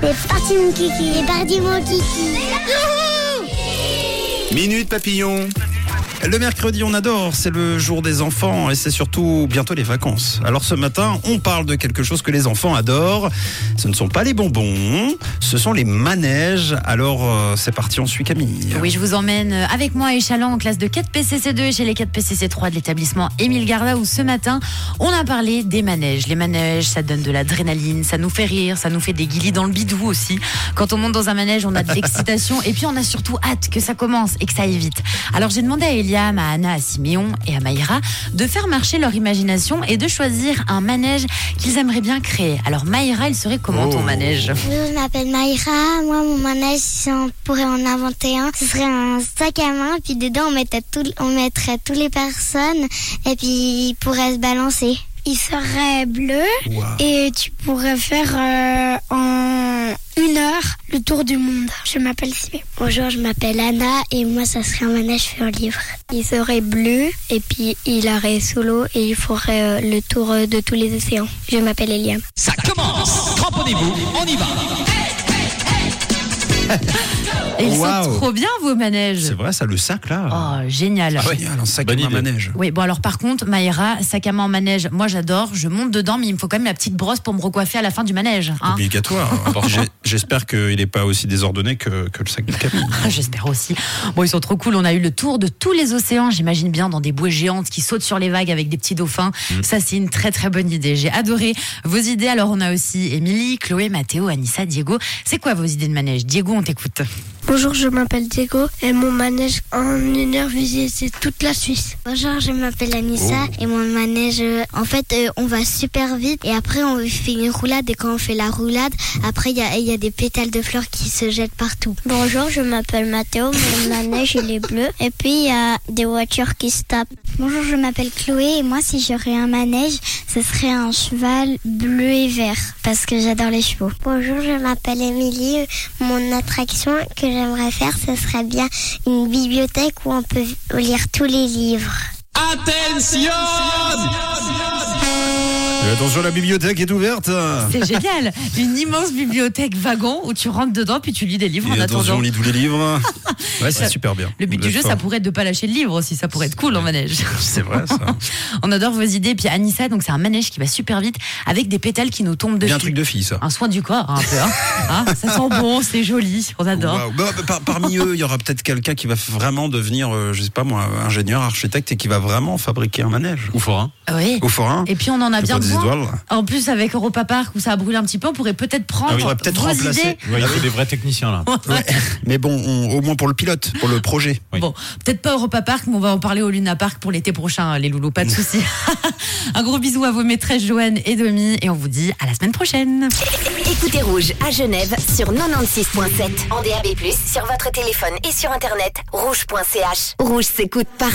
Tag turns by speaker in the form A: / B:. A: C'est parti mon kiki. C'est parti mon kiki.
B: Minute papillon. Le mercredi, on adore, c'est le jour des enfants et c'est surtout bientôt les vacances. Alors ce matin, on parle de quelque chose que les enfants adorent. Ce ne sont pas les bonbons, ce sont les manèges. Alors euh, c'est parti, on suit Camille.
C: Oui, je vous emmène euh, avec moi à Échalant en classe de 4 PCC2 et chez les 4 PCC3 de l'établissement Émile Garda où ce matin, on a parlé des manèges. Les manèges, ça donne de l'adrénaline, ça nous fait rire, ça nous fait des guilis dans le bidou aussi. Quand on monte dans un manège, on a de l'excitation et puis on a surtout hâte que ça commence et que ça aille vite. Alors j'ai demandé à Eliam, à Anna, à Siméon et à Maïra de faire marcher leur imagination et de choisir un manège qu'ils aimeraient bien créer. Alors Maïra, il serait comment ton
B: Oh.
C: manège
A: Bonjour, je m'appelle Maïra. Moi, mon manège, si on pourrait en inventer un, ce serait un sac à main. Puis dedans, on mettrait, tout- on mettrait toutes les personnes et puis ils pourraient se balancer. Il serait bleu
B: Wow.
A: et tu pourrais faire euh, en une heure le tour du monde. Je m'appelle Simé. Bonjour, je m'appelle Anna et moi, ça serait un manège sur livre. Il serait bleu et puis il aurait sous l'eau et il ferait euh, le tour de tous les océans. Je m'appelle Eliam.
D: Ça commence Cramponnez-vous, on y va
C: Et Ils sont
B: Waouh.
C: trop bien vos manèges
B: C'est Ah vrai, ça, le sac là.
C: Oh, génial
B: Génial, un sac
D: Bonne
B: comme un
D: idée.
B: manège.
C: Oui, bon alors par contre, Maïra, sac à main en manège, moi j'adore, je monte dedans, mais il me faut quand même la petite brosse pour me recoiffer à la fin du manège. hein.
B: Obligatoire. J'ai- J'espère qu'il n'est pas aussi désordonné que, que le sac de Camille.
C: Ah, J'espère aussi. Bon, ils sont trop cool, on a eu le tour de tous les océans, j'imagine bien, dans des bouées géantes qui sautent sur les vagues avec des petits dauphins.
B: Mm.
C: Ça, c'est une très très bonne idée, j'ai adoré vos idées. Alors on a aussi Émilie, Chloé, Mathéo, Anissa, Diego. C'est quoi vos idées de manège Diego, on t'écoute.
A: Bonjour, je m'appelle Diego et mon manège en une heure c'est toute la Suisse. Bonjour, je m'appelle Anissa et mon manège, euh, en fait, euh, on va super vite et après on fait une roulade et quand on fait la roulade, après il y a, il y a des pétales de fleurs qui se jettent partout. Bonjour, je m'appelle Mathéo, mon manège il est bleu et puis il y a des voitures qui se tapent. Bonjour, je m'appelle Chloé et moi si j'aurais un manège, ce serait un cheval bleu et vert parce que j'adore les chevaux. Bonjour, je m'appelle Émilie. Mon attraction que j'aimerais faire, ce serait bien une bibliothèque où on peut lire tous les livres.
D: Attention
B: Et attention, la bibliothèque est ouverte.
C: C'est génial Une immense bibliothèque wagon où tu rentres dedans puis tu lis des livres en
B: Et attention,
C: attendant.
B: on lit tous les livres. Ouais, c'est super bien.
C: Le but
B: Vous
C: du
B: êtes
C: jeu,
B: fort.
C: ça pourrait être de pas lâcher le livre aussi, ça pourrait être cool en manège.
B: C'est vrai, ça.
C: On adore vos idées. Puis Anissa, donc c'est un manège qui va super vite avec des pétales qui nous tombent dessus.
B: Bien un truc de fille, ça.
C: Un soin du corps, hein, un peu. hein. Hein, ça sent bon, c'est joli, on adore.
B: Waouh. Bah, bah, par- parmi eux, il y aura peut-être quelqu'un qui va vraiment devenir, euh, je sais pas moi, ingénieur, architecte et qui va vraiment fabriquer un manège.
D: Ou fort, hein
C: Oui.
B: Au forain,
C: Et puis on en a
B: le
C: bien
B: pont des
C: besoin.
B: étoiles.
C: En plus, avec Europa Park où ça a brûlé un petit peu, on pourrait peut-être prendre
B: Ah oui, on pourrait peut-être
C: vos
B: remplacer.
C: idées.
D: Il faut des vrais techniciens là.
B: Mais bon, on- au moins pour le pilote, pour le projet.
D: Oui.
C: Bon, peut-être pas Europa Park, mais on va en parler au Luna Park pour l'été prochain, hein, les loulous,
B: Mm.
C: pas de souci. un gros bisou à vos maîtresses Joanne et Domi, et on vous dit à la semaine prochaine.
E: Écoutez Rouge à Genève sur 96.7. En DAB+, sur votre téléphone et sur Internet, rouge.ch. Rouge s'écoute partout.